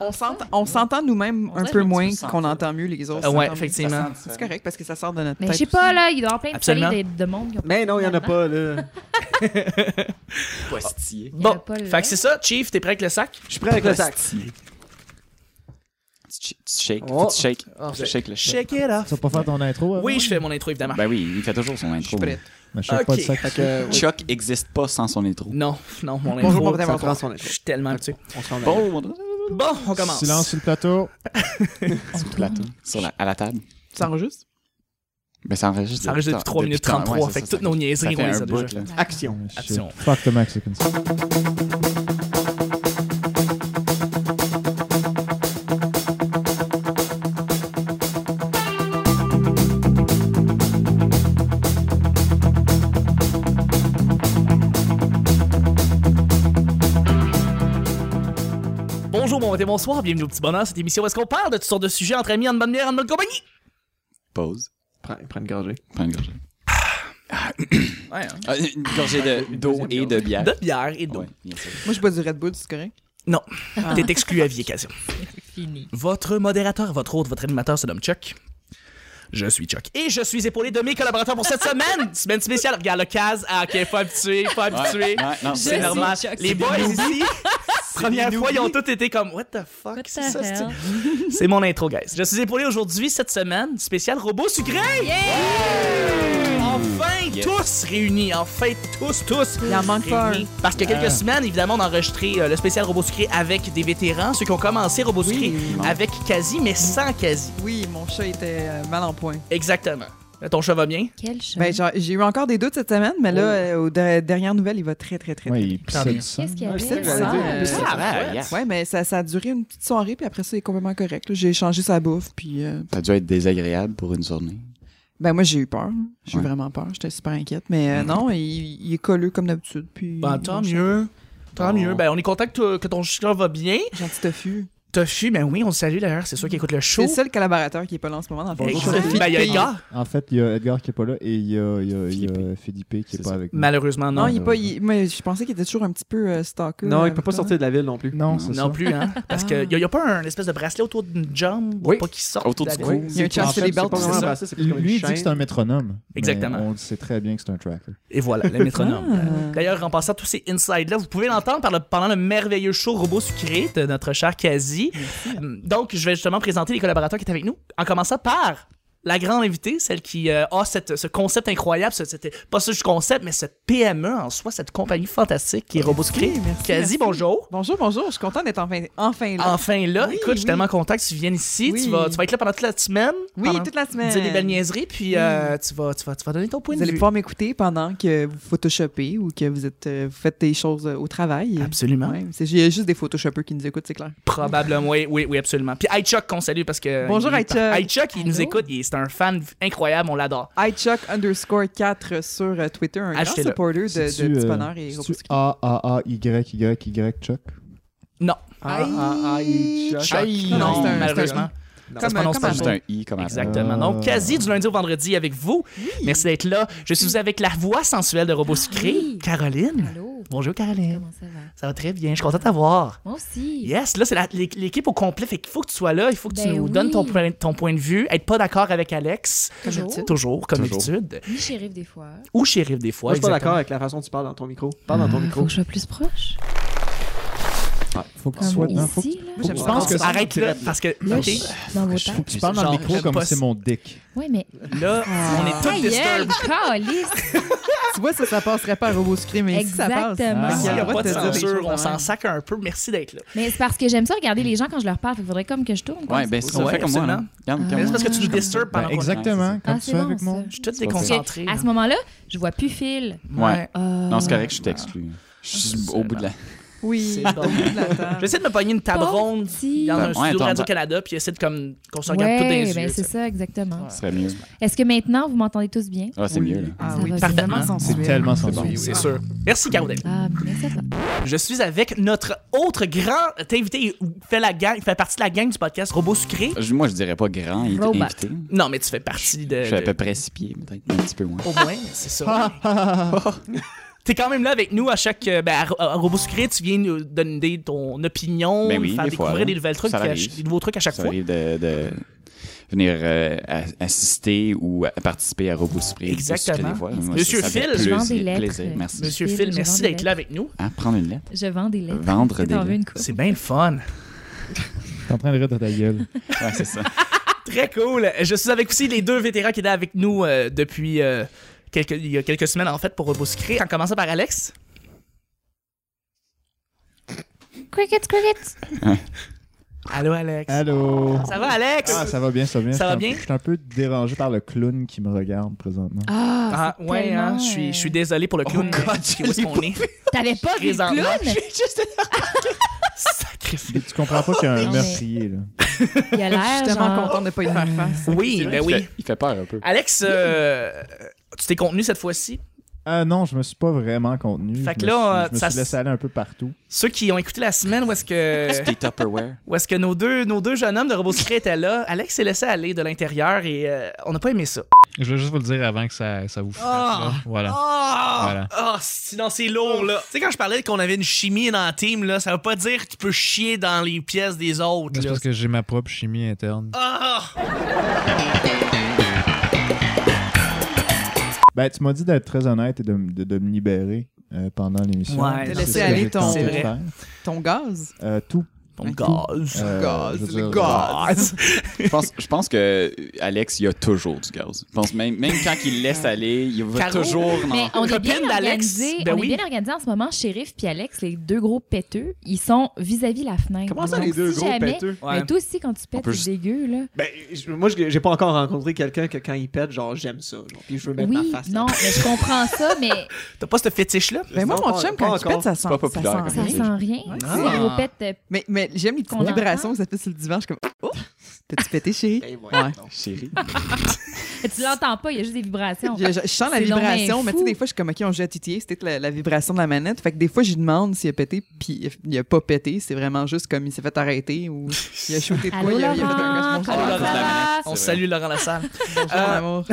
On s'entend, on s'entend nous-mêmes un dirait peu que tu moins le sens, qu'on toi. entend mieux les autres. Ah ouais, s'entendent- effectivement. ça sent- C'est correct parce que ça sort de notre Mais tête. je sais aussi. pas, là, il doit y avoir plein de Absolument. salés de, de monde qui ont Mais non, il n'y en a pas, là. Postillé. Il y en a Bon, pas, là. fait que c'est ça, Chief, t'es prêt avec le sac? Je suis prêt avec le sac. Tu, tu shakes, Oh. tu shakes, Oh, tu shakes le shake. Check it off. Tu vas pas faire ton intro? avant? Oui, je fais mon intro, évidemment. Ben oui, il fait toujours son Je suis intro. prête. Mais je sais pas Ok. de ça. Fait que, oui, Chuck existe pas sans son intro. Non, non, mon Bonjour, intro. bon ça prend son Je intro. suis tellement habitué. On se rend là. Bon, Bon, on commence. Silence sur le plateau. sur le plateau, sur la, à la table. Ça enregistre? Ben ça enregistre. Ça enregistre depuis 3 minutes temps, 33. ouais, fait ça, que ça, toutes nos ça niaiseries, fait on les un a bout, déjà. là. Action. Action. Oh, Fuck the Mexicans. Bonjour, bon matin, bonsoir, bienvenue au Petit Bonheur, cette émission où est-ce qu'on parle de toutes sortes de sujets entre amis, en bonne bière, en bonne compagnie. Pause. Prends, prends une gorgée. Prends une gorgée. Ouais, hein. Ah, une gorgée de- d'eau et de bière. De bière et d'eau. Ouais, bien sûr. Moi, je bois du Red Bull, c'est correct? Non, t'es exclu à vie occasion. Ah. fini. Votre modérateur, votre hôte, votre animateur se nomme Chuck. Je suis Chuck. Et je suis épaulé de mes collaborateurs pour cette semaine. semaine spéciale. Regarde le case. Ah, ok, pas habitué, pas habitué. Ouais, ouais, non, C'est Je normal. normal. suis Chuck, Les c'est boys des ici, première fois, ils ont tous été comme What the fuck? What the c'est ça, hell? c'est- C'est mon intro, guys. Je suis épaulé aujourd'hui, cette semaine, spécial robot sucré. Enfin, Yes. tous réunis. Enfin, tous, tous. Il en manque pas réunis. Parce que quelques semaines, évidemment, on a enregistré euh, le spécial robot sucré avec des vétérans, ceux qui ont commencé robot sucré avec quasi, mais sans quasi. Oui, mon chat était euh, mal en point. Exactement. Là, Ton chat va bien? Quel chat. Ben, genre, j'ai eu encore des doutes cette semaine, mais là, euh, aux de- dernières nouvelles, il va très, très, très, Ouais, très il pissait Attendez. du sang. Qu'est-ce qu'il y Ah, avait? c'est ça? ça, j'allais dire. Euh, Ah, ouais, yes. Ouais, mais ça, ça a duré une petite soirée, puis après ça, c'est complètement correct. là. J'ai changé sa bouffe, puis... euh, Ça a dû être désagréable pour une journée. Ben moi, j'ai eu peur. J'ai eu Ouais. vraiment peur. J'étais super inquiète. Mais euh, non, il, il est colleux comme d'habitude. Puis... Ben, Mm. tant mieux. Tant Bon. mieux. Ben, on est content que, t- que ton chat va bien. Gentil tofu. Tofu, ben oui, on le salue d'ailleurs. C'est sûr qu'il écoute le show. C'est le seul collaborateur qui est pas là en ce moment dans le Ben, fond. Bonjour. Sophie, ben, il y a puis- Edgar. En fait, il y a Edgar qui est pas là et il y a, il y a, il y a Philippe qui est C'est pas ça. avec nous. Malheureusement, non. Non, il est pas. il- moi, je pensais qu'il était toujours un petit peu euh, stalker. Non, il euh, peut pas Victor. sortir de la ville non plus. Non, c'est non ça. plus, hein. Parce qu'il n'y a, y a pas un espèce de bracelet autour d'une jambe pour Oui. pas qu'il sorte. Autour de la du ville. cou. Il y a un En chance fait, sur les c'est belts. pas vraiment c'est un ça. bracelet, c'est plus comme une Lui, il dit que chaîne. c'est un métronome. mais Exactement. On le sait très bien que c'est un tracker. Et voilà, le métronome. Ah. D'ailleurs, en passant tous ces insides-là, vous pouvez l'entendre par le- pendant le merveilleux show Robot Sucré de notre cher Kazi. Euh, Donc, je vais justement présenter les collaborateurs qui étaient avec nous, en commençant par la grande invitée, celle qui euh, a cette, ce concept incroyable, ce- c'était pas ce concept, mais cette PME en soi, cette compagnie fantastique qui est Robot Sucré. Oui, merci, Kazi, merci. bonjour. Bonjour, bonjour. Je suis contente d'être enfin, enfin là. Enfin là, Oui, écoute, je suis oui. tellement content que tu viennes ici. Oui. Tu, vas, tu vas être là pendant toute la semaine. oui, pendant- toute la semaine. dire des belles niaiseries, puis euh, tu, vas, tu, vas, tu vas donner ton point Vous de allez vue. pouvoir m'écouter pendant que vous photoshopez ou que vous, êtes, euh, vous faites des choses euh, au travail. Absolument. Ouais, c'est- il y a juste des photoshopeurs qui nous écoutent, c'est clair. Probablement, oui, oui, oui, absolument. Puis iChuck qu'on salue parce que. Bonjour, il- iChuck. iChuck, il nous Allô? écoute, il- c'est un fan incroyable, on l'adore. iChuck underscore 4 sur euh, Twitter, un grand Achetez-le. supporter de, de C'est-tu, Petit euh, Bonheur et Robot c'est-tu Secret. A, A, A, Y, Y, Y, Chuck. Non. Ah, ah, ah, il choque. Chuck, Aïe. non, Non, c'est un- malheureusement. Non, Comme, se prononce comme pas un juste Juste un i comme avant. Exactement. Donc, Ah. Euh. quasi du lundi au vendredi avec vous. Merci d'être là. Je suis avec la voix sensuelle de Robot Sucré, Ah Oui. Caroline. Allô? Bonjour, Caroline. Comment ça va? Ça va très bien, je suis content de t'avoir. Moi aussi. Yes, là, c'est la- l'é- l'équipe au complet. Fait qu'il faut que tu sois là, il faut que tu Ben nous oui. donnes ton, point- ton point de vue, être pas d'accord avec Alex. Toujours. Toujours, comme Toujours. d'habitude. Ni shérif des fois. Ou Shérif, des fois. Moi, je suis pas exactement. d'accord avec la façon dont tu parles dans ton micro. Parle dans ton Ah, Faut micro. que je sois plus proche. Faut que tu Comme sois dedans. Faut que ici, là. Moi, j'aime Je ça. pense que Arrête. Arrête là, parce que. Là, ok. je suis dans vos faut temps. que tu parles dans le Genre, micro j'aime comme pas c'est ça. mon dick. Oui, mais... Là, on est Ah, tous disturbed. calice! Tu vois, ça, ça passerait pas à Robot Secret, mais ici, ça passe. Exactement. Ah. Ici, il n'y y a on pas va de te dire des censure, on s'en sac un peu. Merci d'être là. Mais c'est parce que j'aime ça regarder les gens quand je leur parle. Il faudrait comme que je tourne. comme Ouais, ça. ben c'est ça. Ouais, fait comme moi. là. absolument. Regarde, Ah. comme Mais c'est moi. parce que tu nous disturbes Ben, pendant qu'on est- exactement, comme Ah, tu c'est fais bon, avec ça. moi. Je suis tout Parce que déconcentré. à ce moment-là, je vois plus fil. Ouais. Euh, Non, c'est correct, je t'exclus. Je suis au bout de la. Oui, Ah, C'est au bout de la table. J'essaie de me pogner une table Pauvre ronde petit. dans un Ouais, studio de attends, Radio-Canada, puis essayer de comme qu'on se regarde tout dans Ouais, les ben yeux. c'est ça, exactement. Ce serait mieux. Est-ce que maintenant, vous m'entendez tous bien? Ah, c'est Oui. mieux, là. Ah Ça oui, va c'est parfaitement. tellement sensuel. C'est tellement bon. sensible. C'est sûr. Merci, Caroline. Ah, merci à toi. Je suis avec notre autre grand invité. Il fait, la gang, il fait partie de la gang du podcast Robot Sucré. Je- Moi, je dirais pas grand, il est Robot. invité. Non, mais tu fais partie de. Je suis à de- peu près six pieds, peut-être un petit peu moins. Au moins, c'est ça. T'es quand même là avec nous à chaque. euh, Ben, à, à Robot Sucré, tu viens nous donner ton opinion, Ben nous oui, faire des fois, découvrir des, nouvelles trucs, ça à ch- arrive. des nouveaux trucs à chaque Ça fois. arrive de, de venir euh, a- assister ou à- participer à Robot Spray. Exactement. Monsieur Phil, je vends plaisir, des lettres. plaisir, merci. Monsieur Phil, Phil, je merci vends des d'être là avec nous. Hein, prendre une lettre. Je vends des lettres. Vendre des T'en veux lettres. une coupe? C'est bien le fun. T'es en train de rire de ta gueule. Ouais, c'est ça. Très cool. Je suis avec aussi les deux vétérans qui étaient avec nous euh, depuis euh, quelques, il y a quelques semaines, en fait, pour Robot Sucré, en commençant par Alex. Cricket, cricket. Allô, Alex. Allô? Ça va, Alex? Ah, ça va bien, ça va bien. Ça Je suis va un- bien? Je suis un peu dérangé par le clown qui me regarde présentement. Ah, Ah, c'est ouais, hein, tellement, je suis, euh, je suis désolé pour le clown. God, Qui- je où est-ce l'ai qu'on pas est? T'avais pas vu le Présentement, clown? Sacrifice. Tu comprends pas qu'il y a Non, un mais- meurtrier, là. Il a Je suis l'air Ah, tellement genre... contente de pas y faire face. Oui, ben il, oui. fait, il fait peur un peu. Alex, euh, tu t'es contenu cette fois-ci. Ah non, je me suis pas vraiment contenu. Fait que je me là, suis- je me euh, ça suis laissé s- aller un peu partout. Ceux qui ont écouté la semaine, où est-ce que, C'était Tupperware. où est-ce que nos, deux, nos deux jeunes hommes de Robo Secret étaient là, Alex s'est laissé aller de l'intérieur et euh, on n'a pas aimé ça. Je voulais juste vous le dire avant que ça, ça vous fasse. Ah! là. Voilà. Oh! Voilà. sinon c'est lourd, là. Tu sais, quand je parlais qu'on avait une chimie dans la team, là, ça veut pas dire que tu peux chier dans les pièces des autres, C'est là. parce que j'ai ma propre chimie interne. Ah! Ben, tu m'as dit d'être très honnête et de, m- de- de me libérer euh, pendant l'émission. Ouais, C'est laisser ce que aller j'ai ton- tenté c'est de vrai. faire. Ton gaz? Euh, tout. Ton gaz. Euh, gaz, je veux le dire, gaz. Je pense, je pense que euh, Alex, il a toujours du gaz. Je pense même, même quand il laisse aller, il va Caro. toujours. dans- Mais Ah. on est bien Copine d'Alex. organisé. Ben on oui. est bien organisé en ce moment. Shérif puis Alex, les deux gros péteux, ils sont vis-à-vis la fenêtre. Comment ça, Donc, les deux si gros jamais- péteux? Ouais. Mais toi aussi, quand tu pètes, peut c'est dégueu, là. Ben, je- moi, je- j'ai pas encore rencontré quelqu'un que quand il pète, genre, j'aime ça. Genre, puis je veux mettre Oui, ma face. non, mais je comprends ça, mais T'as pas ce fétiche-là? Ben moi, Non, mon pas- chum, pas quand il encore. pète, ça sent, pas ça populaire sent comme ça rien. idée. sent rien. Si les gros pètes, euh, Mais, mais j'aime les petites Qu'on vibrations entend. que ça fait sur le divan. Je suis comme, oh, t'as-tu pété, chérie? Ben, ouais, Ouais. non. Chérie. tu l'entends pas, il y a juste des vibrations. Je, je- je sens la C'est donc bien vibration, mais tu sais, fou. des fois, je suis comme, OK, on joue à titiller, c'était la, la vibration de la manette. Fait que des fois, je lui demande s'il a pété, puis il a pas pété. C'est vraiment juste comme il s'est fait arrêter ou il a shooté de quoi, Allô, il a, Laurent, il a fait un comment gosse. ça Bonjour, Laurent. Laurent. va? On C'est salue Laurent Lassalle. Bonjour, mon Euh, amour.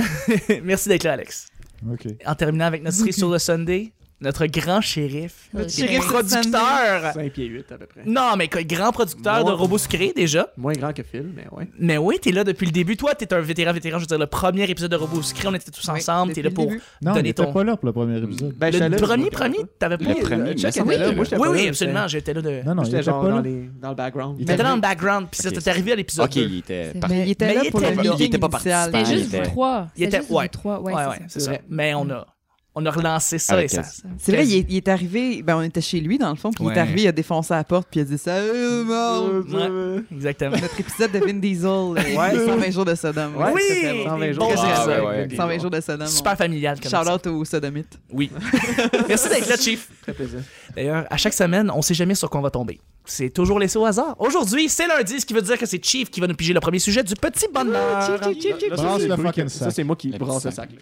Merci d'être là, Alex. Ok. En terminant avec notre série sur le Sunday, notre grand shérif, Notre shérif producteur. 5 pieds 8 à peu près. Non, mais que- grand producteur de Moi. robots sucrés déjà. Moins grand que Phil, mais ouais. Mais oui, t'es là depuis le début. Toi, t'es un vétéran, vétéran. Je veux dire, le premier épisode de Robots sucrés, on était tous Oui, ensemble. T'es depuis là le pour. début. Non, on Donnez n'était ton- pas là pour le premier épisode. Ben, j'étais le là, premier, je me premier, rappelle t'avais Le pas. euh, premier, pas. il me Chuck semble était là, que- moi, j'étais Oui, pas là, oui, j'étais- absolument. J'étais là de. non, non, il J'étais était genre pas dans, là. les- dans le background. Il Mais t'es dans le Ok. background, puis ça, Ok. t'es arrivé à l'épisode. Ok, deux. il était C'est parti. Mais il était Mais là il pour était le pas- meeting il était pas initial. participant. C'était il juste vous était- trois. il C'était était- juste vous ouais. trois. Ouais, Ouais, ouais, c'est c'est ça. ça. Mais on a, on a relancé ça Avec et ça. elle. C'est vrai, il est, il est arrivé, ben on était chez lui dans le fond, puis il Ouais. est arrivé, il a défoncé la porte, puis il a dit ça, euh, monde! Ouais, exactement. Notre épisode de Vin Diesel, euh, Ouais. 120 jours de Sodome. Ouais, Oui! c'était bon. 120 jours. Bon, Ah, c'est ouais, ouais. 120 jours de Sodome. Super familial comme Shout ça. out aux Sodomites. Oui. Merci d'être là, Chief. Très plaisir. D'ailleurs, à chaque semaine, on sait jamais sur quoi on va tomber. C'est toujours laissé au hasard. Aujourd'hui, c'est lundi, ce qui veut dire que c'est Chief qui va nous piger le premier sujet du petit bonheur. Là, ça, Brasse c'est le moi qui- fucking Ça, sac. c'est moi qui Le brasse petit le sac. sac.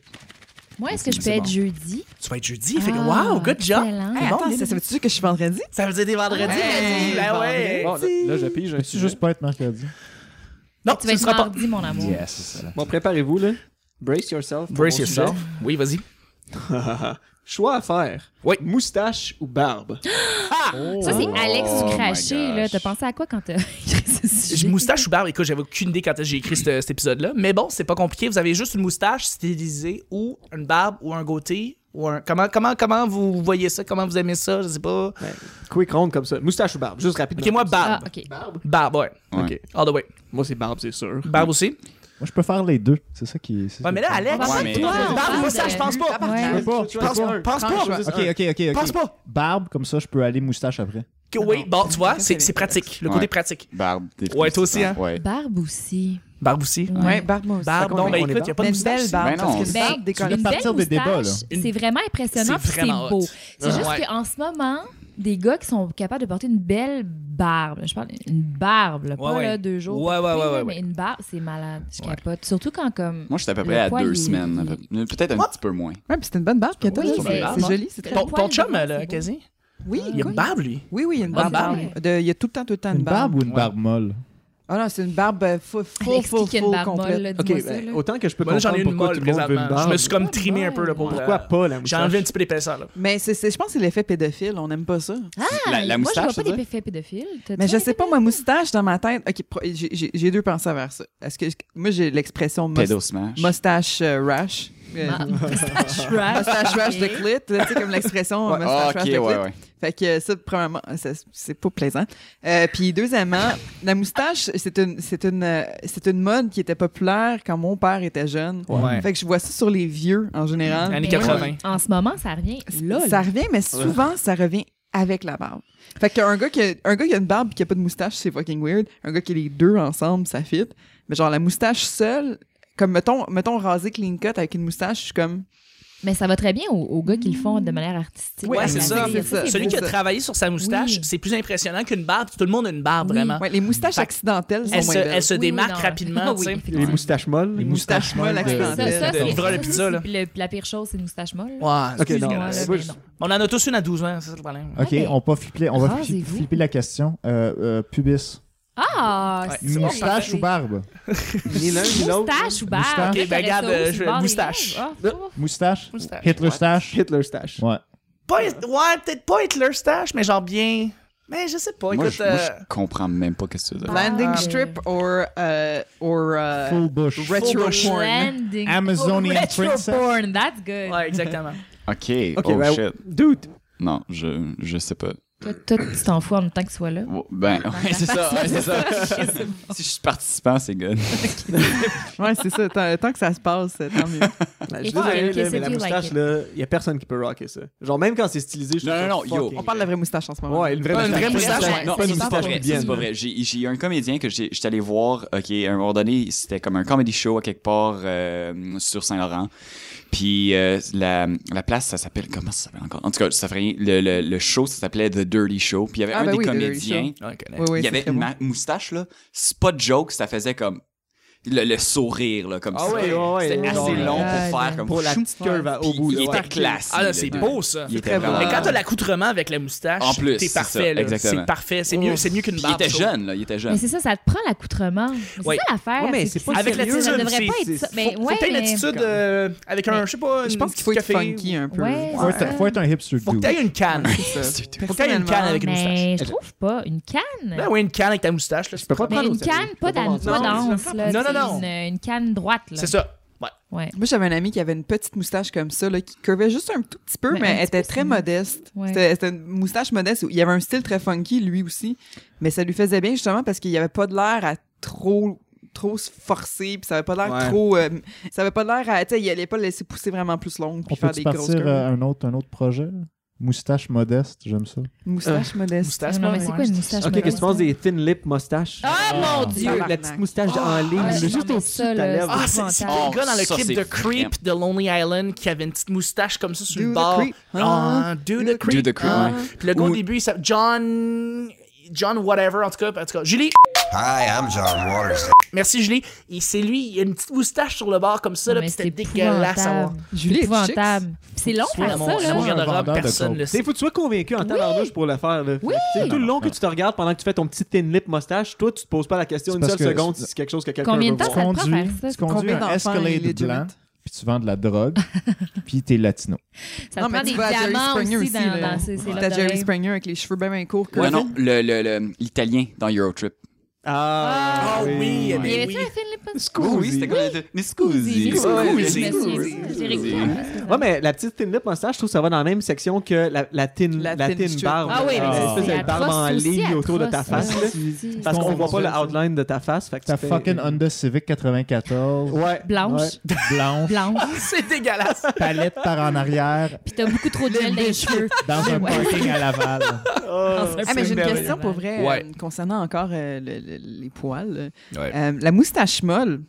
Moi, est-ce que je peux C'est être bon. jeudi? Tu vas être jeudi. Fait que, Ah, wow, good job. excellent. Hey, Attends, bon, ça, ça veut-tu dire que je suis vendredi? ça veut dire des vendredis. Hey, Ben ouais. vendredi. Bon, là, là, je pige un C'est sujet. juste pas être mercredi. Non, Tu vas tu être seras Oh, pas. mardi, mon amour. Yes. Bon, préparez-vous, là. Brace yourself. pour Brace mon sujet. yourself. Oui, vas-y. Choix à faire. Oui. Moustache ou barbe? Ah! Ça, c'est Oh Alex my du craché, gosh. là. T'as pensé à quoi quand t'as écrit ce J'ai sujet? moustache ou barbe, écoute, j'avais aucune idée quand j'ai écrit ce- cet épisode-là. Mais bon, c'est pas compliqué. Vous avez juste une moustache stylisée ou une barbe ou un goatee ou un. Comment, comment, comment vous voyez ça? Comment vous aimez ça? Je sais pas. Quick round comme ça. Moustache ou barbe? Juste rapidement. Ok, moi, Ah, barbe. OK. Barbe? Barbe, ouais. Ouais. Ok. All the way. Moi, c'est barbe, c'est sûr. Barbe aussi. Moi, je peux faire les deux. C'est ça qui est. Ouais, mais là, Alex, On va pas mais- de toi, on Ah, barbe parle ou ça, de- je pense pas. Ouais. Je peux pas. Tu Je vois, peux c'est pas. un. Pense pas. Tranche, juste Ok, un. ok, ok. ok. Pense pas. Barbe, comme ça, je peux aller moustache après. Que oui, bon, tu vois, c'est c'est pratique. Le côté Ouais. pratique. Barbe. Ouais, toi aussi, hein? Ouais. Barbe aussi. Barbe aussi. Ouais, barbe moi aussi. Barbe, Ça non, compte, ben on est écoute, y a pas de Mais une moustache. belle barbe, Ben non, parce Ben, qu'une barbe tu veux décolle. une belle partir des débats, moustache, là. Une- C'est vraiment impressionnant, C'est puis c'est vraiment hot. beau. C'est Ouais. juste Ouais. qu'en ce moment, des gars qui sont capables de porter une belle barbe, je parle une barbe, là, pas Ouais, ouais. là, deux jours, Ouais, pas coupée, ouais, ouais, là, ouais, mais ouais. une barbe, c'est malade, je Ouais. capote. Surtout quand comme... Moi, j'étais à peu Le près à poil, deux il- semaines. à peu- Peut-être un petit peu moins. Ouais, puis c'est une bonne barbe que t'as, Ouais, là. c'est C'est- une C'est barbe. joli. c'est- Le Ton, poil ton de chum, barbe, là, c'est quasi. Oui, Il y a une oui. barbe, lui. Oui, oui, il y a une Bonne barbe. barbe. De- Il y a tout le temps, tout le temps Une barbe ou une Ouais. barbe molle Ah non, c'est une barbe euh, fou, fou, Alex fou, qui a fou une barbe molle, complète. là, Ok, dis-moi ça, ben, là. autant que je peux Moi, là, j'en comprendre ai une pourquoi molle tout le monde veut une présentement. barbe. Je me suis comme trimé un peu là, pour. Pourquoi euh, pas la J'ai moustache? enlevé un petit peu l'épaisseur. là. Mais c'est, c'est- je pense que c'est l'effet pédophile, on n'aime pas ça. Ah, La- la moi, je moustache, vois ça pas des effets pédophiles. T'as-tu Mais je un sais pas, moi, moustache dans ma tête. Ok, pro- j'ai- j'ai j'ai deux pensées vers ça. Est-ce que moi j'ai l'expression mous- Pédo smash. mustache euh, rash. Euh, Ah, moustache rash. Mustache rash de Ok. clit, là, tu sais, comme l'expression Ouais. Ah, mustache ok, rash ouais, de clit. ouais. Fait que ça, premièrement, ça, c'est pas plaisant. Euh, puis deuxièmement, la moustache, c'est une, c'est une, euh, c'est une mode qui était populaire quand mon père était jeune. Ouais. Fait que je vois ça sur les vieux en général. Années Mais 80. En ce moment, ça revient là. Ça là. revient, mais souvent, ça revient avec la barbe. Fait qu'un gars qui a, un gars qui a une barbe et qui a pas de moustache, c'est fucking weird. Un gars qui a les deux ensemble, ça fit. Mais genre, la moustache seule, comme mettons, mettons rasé clean cut avec une moustache, je suis comme. Mais ça va très bien aux, aux gars qui le font de manière artistique. Ouais, Ouais, Avec c'est la ça. cire. c'est ça. Celui beau, qui a ça. travaillé sur sa moustache, Oui. c'est plus impressionnant qu'une barbe. Tout le monde a une barbe, Oui. vraiment. Ouais, les moustaches Fait que accidentelles sont Ah. Elle moins se, belles. elle se Oui, démarque non. rapidement, tu sais. Oui, Les effectivement. moustaches molles? Les moustaches molles moustaches molles de- Ça, ça, accidentelles. ça, de- c'est- Ivra le pizza, là. le- La pire chose, c'est une moustache molle. là. Ouais, Ok, c'est non. Excuse-moi, dégueulasse. là, je- mais non. On en a tous une à 12 ans, c'est ça le problème. Ok, Ouais, mais- on va flipper, on va fli- Rasez-vous. flipper la question. Euh, euh, pubis. Ah, Ouais, c'est c'est bon. ça. Moustache ou barbe Ni l'un ni l'autre. Moustache ou barbe? Moustache. Ok, ben, regarde, euh, je- moustache. Moustache Moustache. Hitler stache Hitler stache. Ouais. Pas- ouais, peut-être pas Hitler stache, mais genre bien. Mais je sais pas. Moi, Écoute, je, moi, euh, je comprends même pas qu'est-ce que tu veux dire. Landing Ah. strip or, euh, or euh, Full bush. retro porn. Landing. Amazonian Retro princess. porn, that's good. ouais, exactement. Ah. Ok, Ok, oh ben, shit. dude, Non, je, je sais pas. Toi, toi, tu t'en fous en même temps qu'il soit là. Oh, Ben, ouais, c'est ça, ouais, c'est ça. si je suis participant, c'est good. Ouais, c'est ça. Tant, tant que ça se passe, tant mieux. ben, If je suis you like désolé, it, là, if mais la you like moustache, it. là, il y a personne qui peut rocker ça. Genre, même quand c'est stylisé, je Non, trouve non, ça non, yo, fucking- On parle de la vraie moustache en ce moment. Ouais, une vraie Une vraie moustache, ouais, non, c'est pas une pas moustache vrai. bien. C'est pas vrai. J'ai j'ai eu un comédien que j'ai- j'étais allé voir, OK, à un moment donné, c'était comme un comedy show à quelque part euh, sur Saint-Laurent. Puis euh, la, la place, ça s'appelle, comment ça s'appelle encore? En tout cas, ça fait rien. Le, le, le show, ça s'appelait The Dirty Show. Puis il y avait Ah, un ben des oui, The Dirty comédiens, Show. Oui, oui, il y c'est avait très une bon. ma- moustache, là. C'est pas de joke, ça faisait comme le, le sourire, là, comme Ah ça. ouais, ouais, ouais. C'était ouais, assez ouais. long Ah, pour faire ouais. comme... Pour la chou- petite curve à- Puis au bout. il là, ouais. était classe. Ah là, c'est beau ça. Il très était beau. vraiment... Mais quand t'as l'accoutrement avec la moustache, En plus, t'es c'est parfait. ça, là. exactement. C'est parfait. C'est mieux, c'est mieux qu'une Puis barbe. il était je jeune, là, il était jeune. Mais c'est ça, ça te prend l'accoutrement. C'est Ouais. ça l'affaire. Ouais, mais c'est pas Avec sérieux. l'attitude Ça devrait aussi, pas être ça. trouve. Mais Faut, faut ouais, peut-être une mais- attitude euh, avec un, Mais je sais pas, Je une pense qu'il faut petite être café. funky un peu. Ouais, Faut être, faut être un hipster Faut que dude. t'aies une canne. Faut que t'aies une canne avec une moustache. Mais je trouve pas. Une canne? Ben oui, une canne avec ta moustache. là, Je c'est peux pas Mais prendre au une sérieux. canne, pas Je peux d'an- prendre ça. pas d'anse. là. Non, non, C'est non. une- Une canne droite. là. C'est ça. Ouais. Ouais. Moi, j'avais un ami qui avait une petite moustache comme ça, là, qui curvait juste un tout petit peu, Mais mais, un elle petit était peu, très c'est- modeste. Ouais. C'était c'était une moustache modeste. Il y avait un style très funky, lui aussi. Mais ça lui faisait bien, justement, parce qu'il n'y avait pas de l'air à trop trop se forcer puis ça avait pas l'air Ouais. trop euh, ça avait pas l'air à tu sais il allait pas le laisser pousser vraiment plus longue puis On faire peut des grosses partir curves. à un autre, un autre projet là? Moustache modeste, j'aime ça. moustache modeste Moustache, Non, mais ouais. c'est quoi une moustache? Ok, molle? qu'est-ce que tu penses des thin lip moustaches? Ah mon Ah, dieu! Dieu! La petite moustache en ligne, Ah, c'est non, juste mais au-dessus ça, de ta là, lèvre. Ah, c'est c'est Oh, le gars dans le ça, clip c'est de Creep de Lonely Island qui avait une petite moustache comme ça sur Do le the bord. creep. Ah, do the Do Creep. the creep, Ah. ouais. Puis le gars au Ou- début, il s'appelle John. John whatever, en tout cas. En tout cas, Julie. Hi, I'm John Waters. Merci Julie. Et c'est lui, il a une petite moustache sur le bord comme ça, là, Mais puis c'est c'était dégueulasse à voir. épouvantable. Julie est chic. Épouvantable. Puis C'est long Moi, faire dans ça, mon, dans là. mon Ouais, un garde-robe, vendeur de personne coke. le Tu sais, sait. faut que tu sois convaincu en tabarnouche pour le faire. Là. Oui. Tu sais, tout le long Non, que tu te regardes pendant que tu fais ton petit thin lip moustache, toi, tu te poses pas la question C'est une seule parce que- seconde si c'est quelque chose que quelqu'un Combien de veut temps Tu ça voir. te prend conduis, faire ça? tu conduis Combien un d'enfants Escalade illegitimate? blanc, puis tu vends de la drogue, puis t'es latino. Ça Non, te mais prend tu des vas à Jerry diamants Springer aussi aussi, dans, là. dans ces ces T'as lobes Jerry d'oreilles. Springer avec les cheveux bien bien courts. curvés. Ouais, non, le- le- le- l'italien dans Eurotrip. Ah, Ah oui, Il y mais avait-tu oui. un film, les pinces? Oui, oui, c'était comme... Mais Oui, scusi. oui, je me oui, souviens oui, de ça. oui, J'ai oui. réécouté en plus, Ouais, mais la petite thin lip moustache, je trouve que ça va dans la même section que la, la thin, La la thin thin strip. barbe. Euh, Ah oui, mais L'espèce Ah. c'est de barbe en atroce, c'est aussi ligne autour de ta atroce, face. ça. là. C'est- Parce qu'on Ton- voit pas le ça. outline de ta face. Fait que Ta tu fais- fucking Honda Civic 94, Ouais. Blanche, blanche, blanche, C'est dégueulasse. palette par en arrière, puis t'as beaucoup trop de gel dans les cheveux. dans un Ouais. parking à Laval. Ah, mais j'ai une merveilleux. question pour vrai euh, Ouais. concernant encore euh, le- le- les poils. Ouais. Euh, la moustache molle,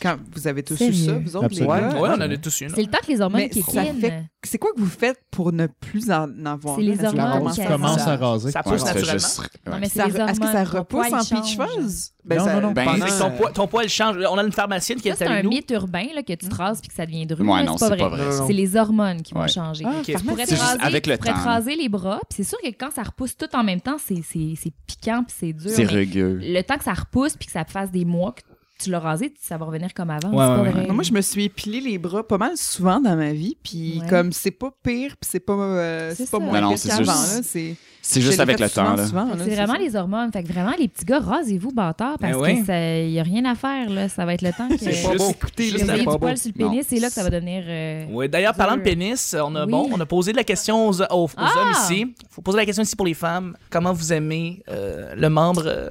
Quand vous avez tous eu Sérieux? ça, vous autres, Absolument. les Ouais, gars? on en a tous une. C'est le temps que les hormones Mais qui ça fait- C'est quoi que vous faites pour ne plus en avoir? C'est les Est-ce que hormones ça qui commence à- arrivent. Commence ça- à raser. Ça pousse Ouais, c'était naturellement. juste- Non, ouais. mais c'est ça- les hormones. Est-ce que ça Ton repousse poil en change. peach fuzz? Ben, Non, ça- non, non. Ben, Fait que ça- ton, poids, ton poil change. On a une pharmacienne qui Ça, est c'est avec un nous. mythe urbain là, que tu te rases puis que ça devient drôle. Ouais, là, non, c'est pas vrai. Non, non, non. C'est les hormones qui Ouais. vont changer. Ah, Ok, c'est Tu pourrais, te C'est juste raser, avec le tu pourrais te temps. raser les bras, puis c'est sûr que quand ça repousse tout en même temps, c'est c'est- c'est piquant puis c'est dur. C'est mais rugueux. Le temps que ça repousse puis que ça fasse des mois que tu l'as rasé, ça va revenir comme avant. Ouais, c'est pas ouais, vrai. Non, moi, je me suis épilé les bras pas mal souvent dans ma vie, puis Ouais. comme c'est pas pire, puis c'est pas, euh, C'est c'est pas ça. moins Ben Non, non, pire c'est qu'avant, juste- là. C'est C'est je juste l'ai avec fait le souvent, temps, là. souvent, Fait que là, C'est vraiment les hormones. Fait que vraiment, les petits gars, rasez-vous, bâtard, parce Ben ouais. qu'il n'y a rien à faire. Là. Ça va être le temps que C'est vous juste écouter, juste ayez la- du pas poil beau. sur le Non. pénis, c'est là que ça va devenir... euh, Ouais, D'ailleurs, parlant de pénis, on a, Oui. bon, on a posé de la question aux, aux- aux Ah! hommes ici. faut poser la question ici pour les femmes. Comment vous aimez euh, le membre euh,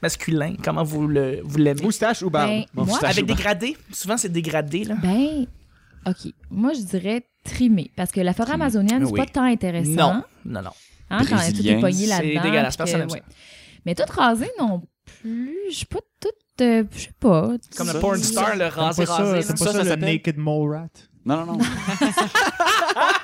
masculin? Comment vous le- vous l'aimez? Moustache ou barbe? Ben, Bon, moi- moustache Avec ou barbe. dégradé. Souvent, c'est dégradé. Là. Ben, OK. Moi, je dirais trimé, parce que la forêt amazonienne, c'est Ah Oui. pas tant intéressant. Non, non, non. Hein, quand tout Brésilien, est pogné c'est là-dedans. dégueulasse, puis que- personne aime ça. Mais tout rasé non plus. Je suis pas toute... euh, je sais pas. Comme Ça, le porn c'est- star, le rasé, rasé. là. pas ça, ça s'appelle- mole rat. Non, non, non.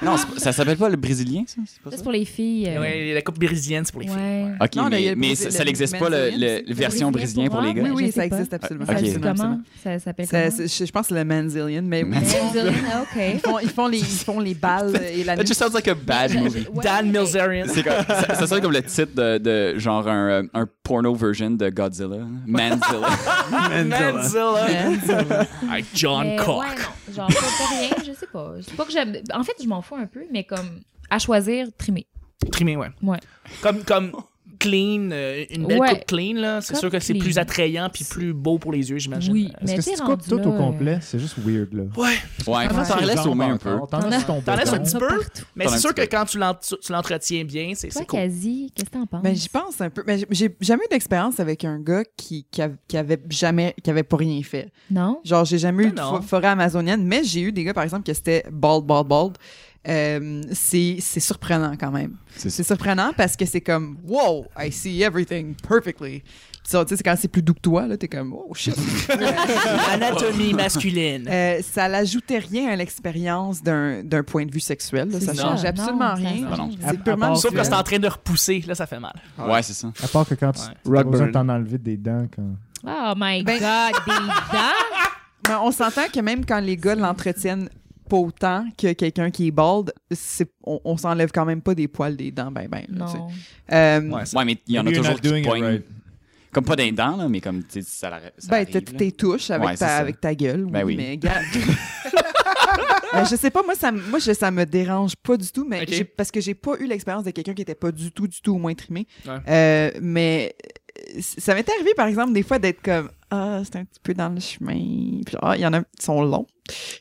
non, c'est pas- ça s'appelle pas le brésilien, ça? C'est Ça, pas ça? c'est pour les filles. euh, Ouais, la coupe brésilienne, c'est pour les filles. ouais. Ok, Non, mais il y a mais, le mais Brésil- ça ça le n'existe pas, le, Brésilien, le- Brésilien version brésilienne pour les pour gars? Oui, Ouais, oui, je sais ça existe pas. absolument. Ah, Ça ok. Ça, existe c'est comment? absolument. Ça s'appelle Ça- comment? c'est- Je je pense que c'est le Manzillion, mais oui. Manzillion, OK. ils, font, ils, font les, ils font les balles et la That just sounds like a bad movie. Ouais, Dan mais- Milzerian. C'est comme- ça, ça sonne comme le titre de, de genre un, euh, un porno version de Godzilla. Manzilla. Manzilla. euh. Avec John Mais Cock. Ouais, non, genre, pas pas rien, je sais pas. C'est pas que j'aime. En fait, je m'en fous un peu, mais comme à choisir, trimer. Trimé, ouais. Ouais. Comme, comme clean, euh, une belle Ouais. coupe clean, là. C'est Coupe sûr que c'est clean. plus attrayant puis plus beau pour les yeux, j'imagine. Oui, Euh, Est-ce mais que t'es si tu rendu coupes tout là, au euh, complet, c'est juste weird, là. Ouais. Ouais, T'en t'en laisses laisses les au jambes main un peu. encore, T'en laisses ton T'en laisses un bâton. petit Ça peu, partout. mais T'en c'est as un sûr que petit peu. quand tu l'en- tu tu l'entretiens bien, c'est Toi, c'est cool. Kazi, qu'est-ce que t'en penses? Ben, j'y pense un peu. Mais j'ai- j'ai jamais eu d'expérience avec un gars qui, qui, av- qui avait jamais, qui avait pas rien fait. Non? Genre, j'ai jamais eu de Ben non. fo- forêt amazonienne, mais j'ai eu des gars, par exemple, que c'était bald, bald, bald. Euh, c'est c'est surprenant quand même. C'est C'est surprenant parce que c'est comme Wow, I see everything perfectly. Puis ça, Tu sais, c'est quand c'est plus doux que toi, là, t'es comme Oh shit. Anatomie Eh, masculine. Euh, ça l'ajoutait rien à l'expérience d'un d'un point de vue sexuel. là. Ça C'est ne ça. change Non, absolument ça rien. change Non, non. C'est À- à purement part- Ah Sauf que visuel. c'est en train de repousser, là, ça fait mal. Ouais, c'est ça. À part que quand tu Ouais. t'as besoin Rockburn. de t'en enlever des dents. Quand... Oh my Ben- God, des dents! Mais on s'entend que même quand les gars l'entretiennent pas autant que quelqu'un qui est bald, c'est- on, on s'enlève quand même pas des poils des dents, ben ben. là, tu sais. Non. Euh, Ouais, Ouais, mais il y en a You're toujours not qui doing it poignent. right. Comme pas des dents, là, mais comme, tu sais, ça, l'arri- ça Ben, arrive, t'as là. tes touches avec, Ouais, c'est ta, ça. avec ta gueule. Oui, Ben oui. Mais gars. Ben, je sais pas, moi, ça, me- moi je, ça me dérange pas du tout, mais Ok. j'ai- parce que j'ai pas eu l'expérience de quelqu'un qui était pas du tout, du tout au moins trimé. Ouais. Euh, mais euh, ça m'est arrivé, par exemple, des fois d'être comme Ah, c'est un petit peu dans le chemin. Puis, genre, ah, il y en a qui sont longs.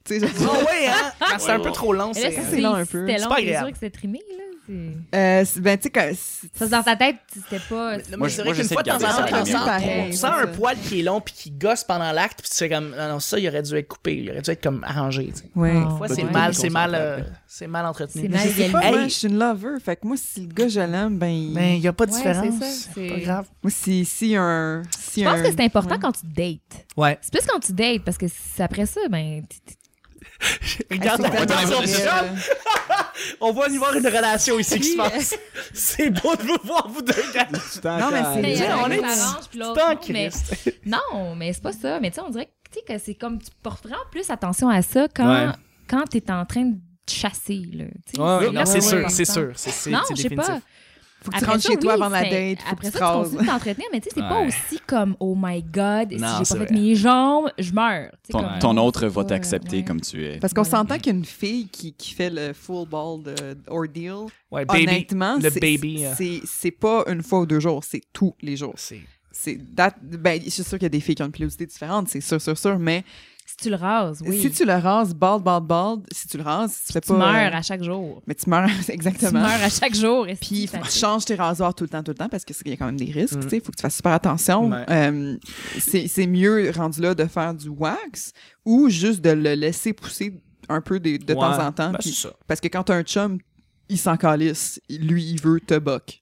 Tu sais, je- Ah ouais, hein? Quand c'est un peu trop long, Mais là, c'est. ça, c'est long un peu. C'était C'est long, pas c'est agréable. sûr que c'était trimé, là. c'est- Euh, c'est- ben, tu sais, quand- Ça, dans ta tête, c'était pas... Non, mais Moi, c'est je- vrai moi, qu'une j'essaie fois de de temps en garder temps, ça à la on sent- mienne. Pareil, on c'est sent ça. un poil qui est long puis qui gosse pendant l'acte, puis tu fais comme, non, non, ça, il aurait dû être coupé, il aurait dû être comme arrangé. tu sais. Ouais. Ah, Des fois, ouais. c'est Ouais. mal, c'est mal, euh, c'est mal entretenu. C'est Mais mal je sais pas, égalisé. moi, Hey. je suis une lover. Fait que moi, si le gars, je l'aime, ben. il- Mais il n'y a pas de Ouais, différence. c'est ça, C'est c'est- pas grave. Moi, si, si un. Si Je pense un- que c'est important Ouais. quand tu dates. Ouais. C'est plus quand tu dates, parce que c'est après ça, ben... t- t- Regarde, Ah, c'est on, tellement- voit Euh, on va y voir une relation ici qui se passe. C'est beau de vous voir, vous deux. gars. Tu t'en Non, Ah, mais calmes. c'est- il y en a on un est- qui s'arrange, puis l'autre, C'est en non, mais- Christ. Non, mais c'est pas ça. Mais tu sais, on dirait que, tu sais, que c'est comme tu portes vraiment plus attention à ça quand, Ouais. quand t'es en train de chasser. Là, Tu sais, Ouais, là non, que c'est c'est sûr, important. c'est sûr. c'est- c'est- Non, c'est je sais définitif. pas. Faut que Après tu rentres ça, chez toi oui, avant la c'est- date. Faut Après que tu ça, te tu rases. continues de t'entretenir, mais tu sais, c'est pas Ouais. aussi comme Oh my God, si j'ai Non, pas c'est fait vrai. mes jambes, je meurs. Tu sais, Ton, comme- ton autre va Ouais, t'accepter ouais. comme tu es. Parce qu'on Voilà. s'entend qu'une fille qui, qui fait le full ball de ordeal, Ouais, baby. honnêtement, Le c'est- baby. euh, c'est c'est pas une fois ou deux jours, c'est tous les jours. c'est- C'est that- ben, je suis sûr qu'il y a des filles qui ont une pilosité différente, c'est sûr, sûr, sûr, mais Si tu le rases, oui. si tu le rases bald, bald, bald, si tu le rases, tu fais Tu pas... meurs euh, à chaque jour. Mais tu meurs, exactement. Tu meurs à chaque jour. est-ce Puis il faut que que tu ça- changes tes rasoirs tout le temps, tout le temps, parce qu'il y a quand même des risques. Mm. Il faut que tu fasses super attention. Ouais. Euh, c'est c'est mieux rendu là de faire du wax ou juste de le laisser pousser un peu des- de Ouais, temps en temps. ben, puis- c'est ça. parce que quand t'as un chum, il s'en calisse. Lui, il veut te boc.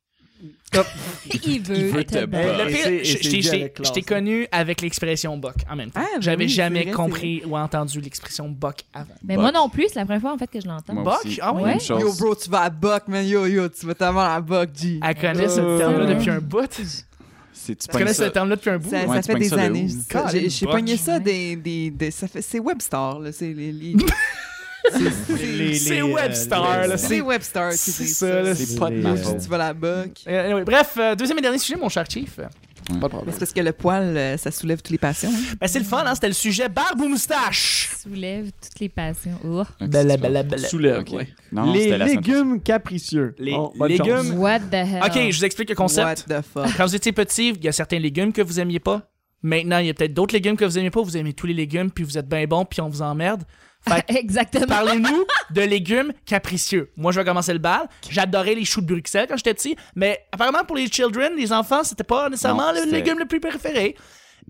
Il veut, veut te te battre. battre. Le Et pire, c'est- et je- c'est je dit t'ai- avec je classe, t'ai hein. connu avec l'expression buck en même temps. Ah, ben J'avais oui, c'est jamais vrai, c'est compris ou entendu l'expression buck avant. Mais Buck. moi non plus, c'est la première fois en fait que je l'entends. Moi Buck? aussi. Ah ouais? Même Yo, chose. bro, tu vas à Buck, man. Yo, yo, tu vas t'avoir à Buck, G. Elle connaît ce Euh, terme-là ouais. depuis un bout. Tu C'est- tu connais pognes ce ça. terme-là depuis un bout? Ça, Ouais, ça tu fait pognes des ça de années. où? ça. Colin J'ai j'ai Buck. pogné ça des. des, des- ça fait- c'est Webstar, là. C'est les. les- Les- C'est les, euh, Webstar, les- là. c'est Webstar qui C'est dit ça, là. ça. C'est pas de Les- ma euh, faute. Tu vas la Buck. Euh, anyway, bref, euh, deuxième et dernier sujet, mon cher chief. Ben, Pas de Mais problème. C'est parce que le poil, euh, ça soulève toutes les passions. hein. Ben, c'est le fun, hein? C'était le sujet barbe ou moustache? Soulève toutes les passions. Oh. Ok, Bella, c'est pas- bella, bella. Soulève, Ok. ouais. Non, non, les c'était la semaine prochaine. légumes capricieux. Oh, Les Bon, bonne légumes- Hum. chance. What the hell? Ok, je vous explique le concept. What the fuck. Quand vous étiez petit, il y a certains légumes que vous aimiez pas. Maintenant, il y a peut-être d'autres légumes que vous aimez pas. Vous aimez tous les légumes, puis vous êtes bien bon, puis on vous emmerde. Fait que Exactement. Parlez-nous de légumes capricieux. Moi, je vais commencer le bal. J'adorais les choux de Bruxelles quand j'étais petit, mais apparemment pour les children, les enfants, c'était pas nécessairement Non, le c'était- légume le plus préféré.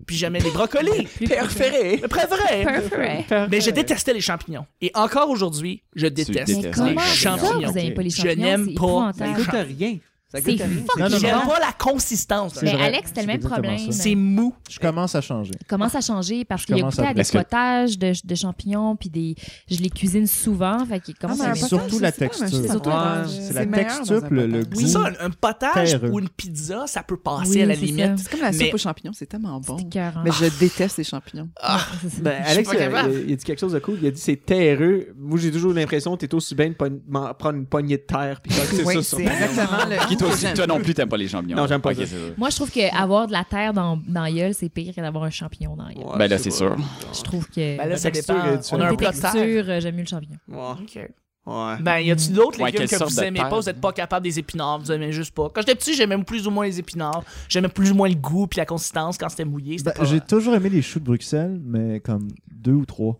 Puis j'aimais les brocolis. Préféré. Le préféré. Perfect. Mais je détestais les champignons. Et encore aujourd'hui, je déteste détestes Mais les comment les ça, champignons. vous aimez pas les Je champignons? n'aime C'est pas Ça épouvantable. goûte à rien. Ça C'est goûte à rien. fucking Non, non, non. J'aime pas la consistance. C'est Mais vrai, Alex, c'est t'as le même exactement problème. ça. C'est mou. Je commence à changer. commence à changer parce Je qu'il a commence goûté à- à des Est-ce que- potages de, de champignons puis des je les cuisine souvent fait qu'il commence Ah, mais à un c'est aimer potage, surtout la c'est ça, mais texture. je sais Surtout pas. la- Ouais, c'est la meilleur texture, dans un le- le potage. goût. C'est Mou. ça, un- un potage Terreux. ou une pizza, ça peut passer Oui, à la c'est limite. ça. C'est comme la Mais- soupe aux champignons, c'est tellement bon. C'est écœurant. Mais je déteste les champignons. Ah, Ouais, c'est hein, ça. Ben, Je suis Alex, pas il, a- capable. il a dit quelque chose de cool. Il a dit c'est terreux. Moi, j'ai toujours l'impression que t'es aussi bien de pogn- m'en- prendre une poignée de terre. Puis c'est Oui, ça sur c'est exactement le. Qui toi que aussi, j'aime. toi non plus, t'aimes pas les champignons. Non, j'aime pas Ok, ça. c'est ça. Moi, je trouve qu'avoir de la terre dans, dans la gueule, c'est pire que d'avoir un champignon dans la gueule. Ouais, Ben je là, sais c'est pas. sûr. Je trouve que. Ben là, La ça texture dépend. est différente. On a un côté plat de terre. texture, euh, j'aime mieux le champignon. Ouais. Ok. Ouais. Ben, y a-tu d'autres Ouais, légumes quelle que sorte vous de aimez terre? pas, vous êtes pas capable des épinards, vous aimez juste pas. Quand j'étais petit, j'aimais plus ou moins les épinards, j'aimais plus ou moins le goût puis la consistance quand c'était mouillé, c'était Ben, pas, J'ai toujours aimé les choux de Bruxelles, mais comme deux ou trois.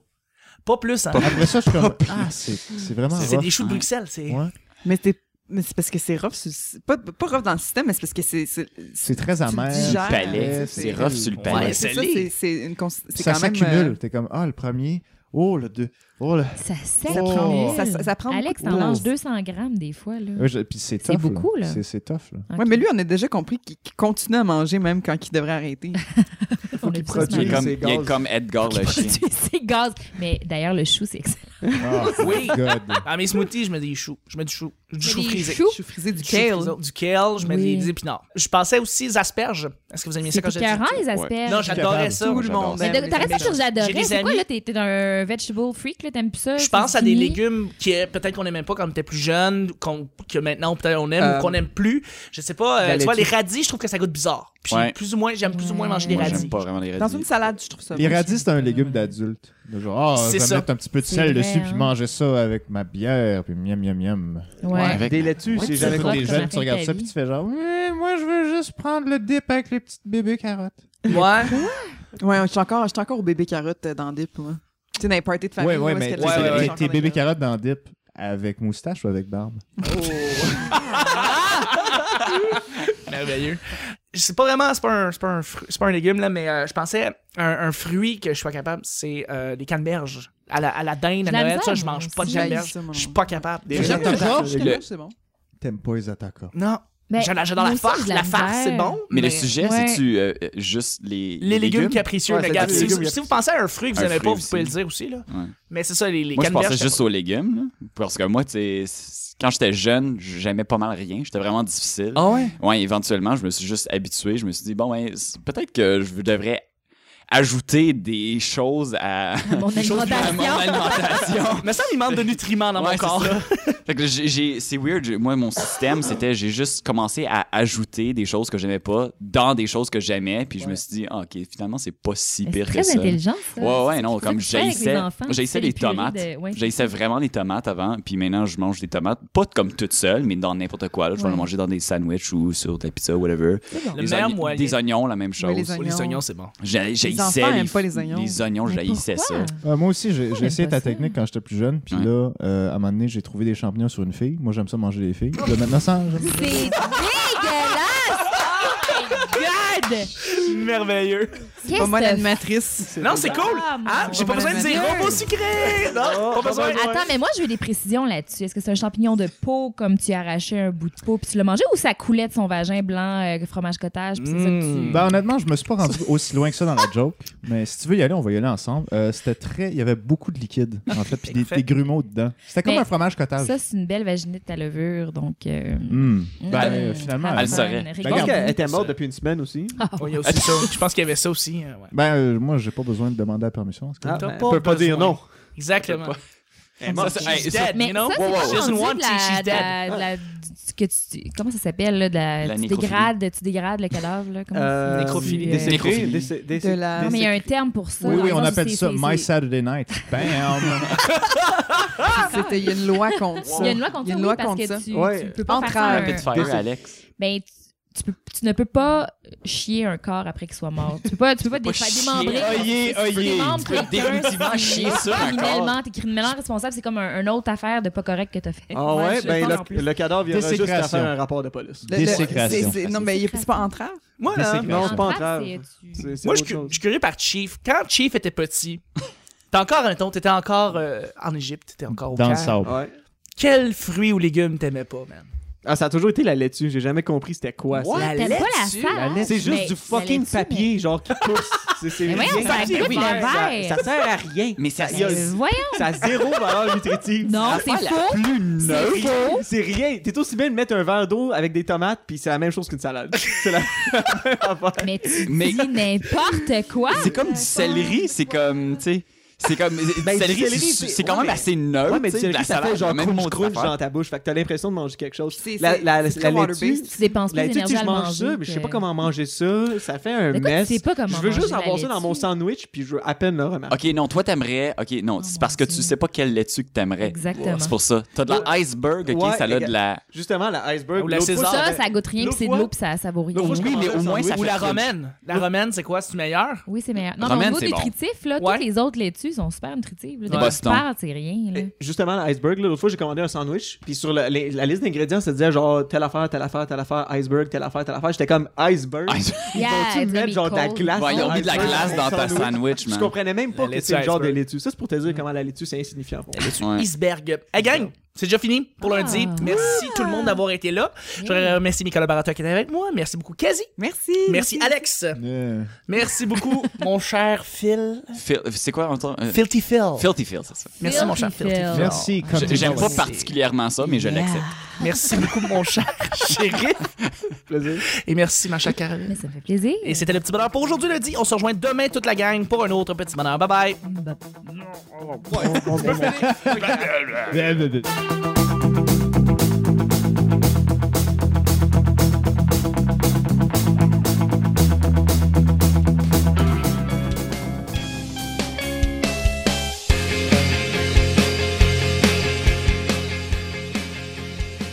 pas plus hein. Après ça, je suis comme. Ah, c'est c'est vraiment. C'est rough. hein. des choux de Ouais. Bruxelles, c'est Ouais. Mais c'est mais c'est parce que c'est rough. sur- c'est Pas, pas rough dans le système, mais c'est parce que c'est. C'est C'est très amer. digères. Le palais, Ouais, Ben, c'est rough sur le Ouais, palais. Ouais, c'est ça, salé. c'est- c'est une cons- c'est Ça quand même. euh, s'accumule. T'es comme, ah, le premier. Oh, le deux. Oh, le. Ça sec. Ça Oh. prend- ça- ça- ça prend Alex, beaucoup de t'en place. manges 200 grammes des fois. Là. Ouais, je- Puis c'est C'est tough. beaucoup, là. C'est- C'est tough, là. Ok. Ouais, mais lui, on a déjà compris qu'il qu'il continue à manger même quand il devrait arrêter. On a vu ça ce Il est produise. matin. comme- c'est il est gaz. comme Edgar le chien. Tu sais, gaz. Mais d'ailleurs, le chou, c'est excellent. Ah, Oui. God. Dans mes smoothies, je mets des choux, je mets du chou, du Mais chou des frisé. choux, Je suis frisé du Du chou kale. frisé, Du kale, je mets Oui. des, des épinards. Je pensais aussi aux asperges. Est-ce que vous aimez ça C'est quand j'étais écœurant, petit? les asperges. Non, j'ai- j'adorais Capable. ça. Tout le J'adore monde. ça. aime Mais les t'arrêtes pas de asperges. dire J'ai des j'adorais. C'est quoi, amis- là? T'es t'es un vegetable freak, là? T'aimes plus ça? Je pense à des fini? légumes qui euh, peut-être qu'on n'aimait pas quand on était plus jeune, qu'on- que maintenant peut-être on aime Euh, ou qu'on n'aime plus. Je sais pas, euh, la tu vois, les laitue. radis, je trouve que ça goûte bizarre. Puis Ouais. plus ou moins, j'aime plus ou moins Ouais. manger des Moi, radis. j'aime pas vraiment les Dans une radis. salade, je trouve ça. Les bon. radis, c'est un légume d'adulte. De Genre, ah, C'est je ça. vais mettre un petit peu de C'est sel vrai, dessus, puis hein. manger ça avec ma bière, puis miam, miam, miam. Ouais. Avec- Des laitues, Tu c'est sais, jamais quand trop cool. t'es comme jeune, la tu regardes fin de ça, ta puis tu fais genre, Ouais, moi, je veux juste prendre le dip avec les petites bébés carottes. Ouais. Ouais, je suis encore, je suis encore au bébé carotte euh, dans Dip, moi. Tu sais, dans les parties de famille. Ouais, ouais, où est-ce mais que t'es les- ouais, ouais, les- ouais. les- t'es bébé carotte dans dip avec moustache ou avec barbe? Merveilleux. C'est pas vraiment, c'est pas un, c'est pas un, fru- c'est pas un légume, là, mais euh, je pensais à un, un fruit que je suis pas capable, c'est euh, les canneberges. À la, à la dinde, J'ai la à Noël, misère, ça, je moi mange aussi. pas de J'haïs canneberges. ça, moi non Je suis plus. pas capable. Des Je- J'aime le Le- Georges, le- c'est bon. T'aimes pas les attaquants. Non. Ben, J'adore j'adore la moi aussi, farce. j'ai de La la farce, c'est misère. bon. Mais le sujet, Ouais. c'est-tu euh, euh, juste les, Les légumes Moi, capricieux, Ouais, mais c'est regarde, des si, légumes vous- si capricieux. vous pensez à un fruit que vous Un aimez fruit pas, vous aussi. pouvez le dire aussi, là. Ouais. Mais c'est ça, les, les je pensais canneberges. juste aux légumes. là. Parce que moi, tu sais, c- quand j'étais jeune, j'aimais pas mal rien. J'étais vraiment difficile. Ah ouais? Ouais, éventuellement, je me suis juste habitué. Je me suis dit, bon, ouais, c'est- peut-être que je devrais ajouter des choses à, Mon des choses à mon alimentation. alimentation. Mais ça, il manque de nutriments dans Ouais, mon c'est corps. ça. Fait que j'ai- j'ai- c'est weird. j'ai- Moi, mon système, c'était, j'ai juste commencé à ajouter des choses que j'aimais pas dans des choses que j'aimais, puis je me suis dit, Ah, ok, finalement, c'est pas si Mais C'est pire que très ça. intelligent, ça. Ouais, ouais, C'est non, pour ça comme que tu fais avec les j'haïssais, enfants, tu j'haïssais fais les purées tomates. de- ouais. J'haïssais vraiment les tomates avant, puis maintenant, je mange des tomates, pas comme toutes seules, mais dans n'importe quoi. Là. Je vais Ouais. les manger dans des sandwichs ou sur des pizzas, whatever. C'est bon. Le Les meilleur oignons- moyen. Oh, des oignons, la même chose. les oignons. Les oignons, c'est bon. J'ai- J'haïssais enfants aiment pas les oignons. Les oignons, Mais j'haïssais ça. pourquoi? Euh, moi aussi, j'ai j'ai j'aime essayé pas ta ça. technique quand j'étais plus jeune. Puis Ouais. là, euh, à un moment donné, j'ai trouvé des champignons sur une fille. Moi, j'aime ça manger les filles. Puis là, maintenant, ça, j'aime- C'est dégueulasse! Oh my God! Merveilleux. Pas moi Qu'est-ce que l'animatrice. Non, c'est cool. Ah, mon Hein? J'ai pas Dieu. besoin de dire Merveilleux. robot sucré. Non, pas besoin. Attends, mais moi, je veux des précisions là-dessus. Est-ce que c'est un champignon de peau, comme tu arrachais un bout de peau puis tu l'as mangé, ou ça coulait de son vagin blanc, euh, fromage cottage, puis c'est ça que tu... Ben, honnêtement, je me suis pas rendu aussi loin que ça dans la joke. Mais si tu veux y aller, on va y aller ensemble. Euh, c'était très. Il y avait beaucoup de liquide, en fait, puis des, Parfait. des grumeaux dedans. C'était comme Mais un fromage cottage. Ça, c'est une belle vaginite à levure, donc... euh, Hmm. mm, Ben, mm, euh, finalement. have euh, Elle fun, saurait. rigole. Je pense Regarde. qu'elle était morte depuis une semaine aussi. Ah, Oui, Oh, il y a aussi ça. Je pense qu'il y avait ça aussi. euh, ouais. Ben, euh, moi, j'ai pas besoin de demander la permission. en tout cas. Ah, T'as ben, pas on peut pas besoin. dire non. Exactement. Ça, c'est- hey, She's ça- dead, Mais you know? ça, c'est Wow, wow. pas She's gentil one de till la- she's de la- dead. de la- du- que tu- tu- Comment ça s'appelle, là? de la- La tu, nécrophilie. dégrades, tu dégrades le cadavre, là? Comment Euh, c'est- Nécrophilie. euh, Décédé, Nécrophilie. décé- décé- De la- Non, mais il y a un décé- terme pour ça. Oui, dans oui, le on sens où appelle c'est- ça c'est- My c'est- Saturday Night. Bam! C'était, il y a une loi contre ça. Il y a une loi contre ça, une oui, loi parce contre que ça. tu, Ouais. tu peux pas Entrave. faire ça. Rapid fire, Alex. ben, tu, tu peux- tu ne peux pas chier un corps après qu'il soit mort. Tu peux pas, tu peux pas, peux défa- pas démembrer. chier. Oyez, Tu oyez. démembres Tu peux quelqu'un, définitivement c'est chier sur un Ah, Criminellement, t'es criminellement responsable, c'est comme un, une autre affaire de pas correct que t'as fait. Ah Ouais, ouais, je ben pense en plus. le, le cadavre, il y aura juste à Désécration. faire un rapport de police. Le- le- Désécration. c'est- c'est- non, mais il y a- c'est pas entrave. Moi, Mais là, c'est- Non, c'est pas Entrave, grave. c'est- tu- C'est- c'est moi je, suis autre cu- chose. je suis curieux par Chief. Quand Chief était petit, t'es encore un ton, t'étais encore euh, en Égypte, t'étais encore au Dans le Caire. sable. Ouais. Quel fruit ou légume t'aimais pas, man? Ah, ça a toujours été la laitue. J'ai jamais compris c'était quoi. What? La ça. T'aimes pas la laitue. salade? C'est juste Mais du la fucking laitue, papier, genre qui pousse. C'est- C'est Mais voyons, rien. ça goûte le verre. Ça, ça sert à rien. Mais ça- ça, mais- mais Voyons. ça a zéro valeur nutritive. Non, Ça- c'est faux. plus neutre. faux. C'est rien. T'es aussi bien de mettre un verre d'eau avec des tomates, puis c'est la même chose qu'une salade. C'est la même Ah, affaire. Mais tu Mais- dis n'importe quoi. C'est comme du céleri, c'est comme, tu sais. C'est comme. du Ben, du céleri, céleri, c'est- c'est- c'est quand ouais, même mais- assez neutre. Ouais, mais tu tu sais, de la sais, ça salade, fait genre même crunch autre crunch affaire. dans ta bouche. Fait que t'as l'impression de manger quelque chose. C'est- La, c'est- la, la, c'est très la laitue, water-based. Tu dépenses la plus laitue, tu d'énergie sais, à je le mange manger. ça, mais je sais pas que- comment manger ça. Ça fait un De quoi tu mess. sais pas comment Je veux juste manger la avoir ça dans laitue? mon sandwich, puis je veux à peine le remarquer. Ok, non, toi t'aimerais. Ok, non, c'est Oh mon parce que tu Dieu. sais pas quelle laitue que t'aimerais. Exactement. C'est pour ça. T'as de la iceberg, ok, Ouais, ça a de la. Justement, la iceberg. Ou la l'autre César. fois, Ça, j'avais- ça goûte rien, puis l'autre c'est de fois- l'eau, puis ça, ça vaut rien. l'autre fois, je Oui, mais commandais au un moins, ça sandwich. fait Ou la crunch. romaine. La romaine, c'est quoi? C'est meilleur? Oui, c'est meilleur. Non, Romaine, mais au niveau c'est bon. nutritif, là, Ouais. tous les autres laitues sont super nutritives. Là. De Ouais. quoi tu Boston. parles, c'est rien. Là. Et Justement, la iceberg, là, l'autre fois, j'ai commandé un sandwich. Puis sur la, les- la liste d'ingrédients, ça disait genre telle affaire, telle affaire, telle affaire, iceberg, telle affaire, telle affaire. J'étais comme iceberg. Ils Yeah, vont-tu it's gonna mettre be genre de la cold. glace Ouais, ils ont mis de la iceberg glace dans mon ta sandwich, Je man. comprenais même pas La que laitue c'est le genre de iceberg. laitue. Ça, c'est pour te dire comment la laitue, c'est insignifiant. pour moi. Ouais. Iceberg. Hey gang, c'est déjà fini pour lundi. Ah. Merci tout le monde d'avoir été là. Je voudrais remercier mes collaborateurs qui étaient avec moi. Merci beaucoup, Kazi. Merci. Merci, Alex. Yeah. Merci beaucoup, mon cher Phil. Fil- C'est quoi en temps? euh, Filthy Phil. Filthy Phil, c'est ça. Merci, mon cher Phil. Filthy Phil. Je- Merci, Cotton J'aime Club. pas particulièrement ça, mais je Yeah. l'accepte. Merci beaucoup, mon cher chéri. Plaisir. Et merci, ma chère Caroline. Mais ça me fait plaisir. Et c'était le petit bonheur pour aujourd'hui lundi. On se rejoint demain toute la gang pour un autre petit bonheur. Bye bye. Bah, Euh,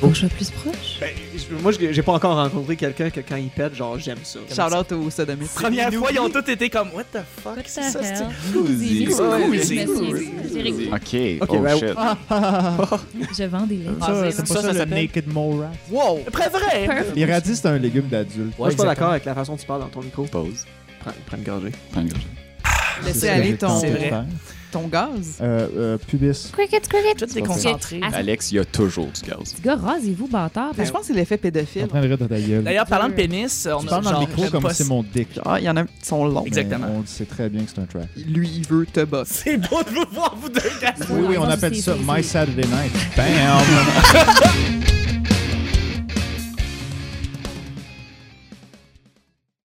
Faut que je sois plus proche. Ben, je- moi, je- j'ai pas encore rencontré quelqu'un que quand il pète, genre, j'aime ça. Shout out au sodomite. Première fois, ils ont tous été comme What the fuck, c'est ça, c'est- Cousy. Cousy. Cousy. Cousy. J'ai récupéré. Ok, Ok, oh ben- shit. Je vends des laitues. Ah, Ça, c'est- C'est ça, pas ça ça, le s'appelle- Naked Mole Rat. Wow! Après vrai! Perfect. Les radis, c'est un légume d'adulte. Moi, je suis pas d'accord avec la façon dont tu parles dans ton micro. Pause. Prends, prends une gorgée. Prends une gorgée. Laissez aller ton, C'est vrai. ton gaz. Euh, euh, pubis. Cricket, cricket. Je te déconcentré. Ah, Alex, il y a toujours du gaz. Les gars, rasez-vous, bâtard. Mais je pense que c'est l'effet T'es en pédophile. train de rire de ta gueule. D'ailleurs, parlant de pénis, on tu a parles dans le genre, micro j'aime comme pas c'est ça. mon dick. Genre, Ah, il y en a un qui sont longs. Mais Exactement. On sait très bien que c'est un track. Lui, il veut te bosser. C'est beau de vous voir, vous deux, gars. Oui, oui, on Non, appelle c'est- ça c'est- My c'est- Saturday Night. Bam!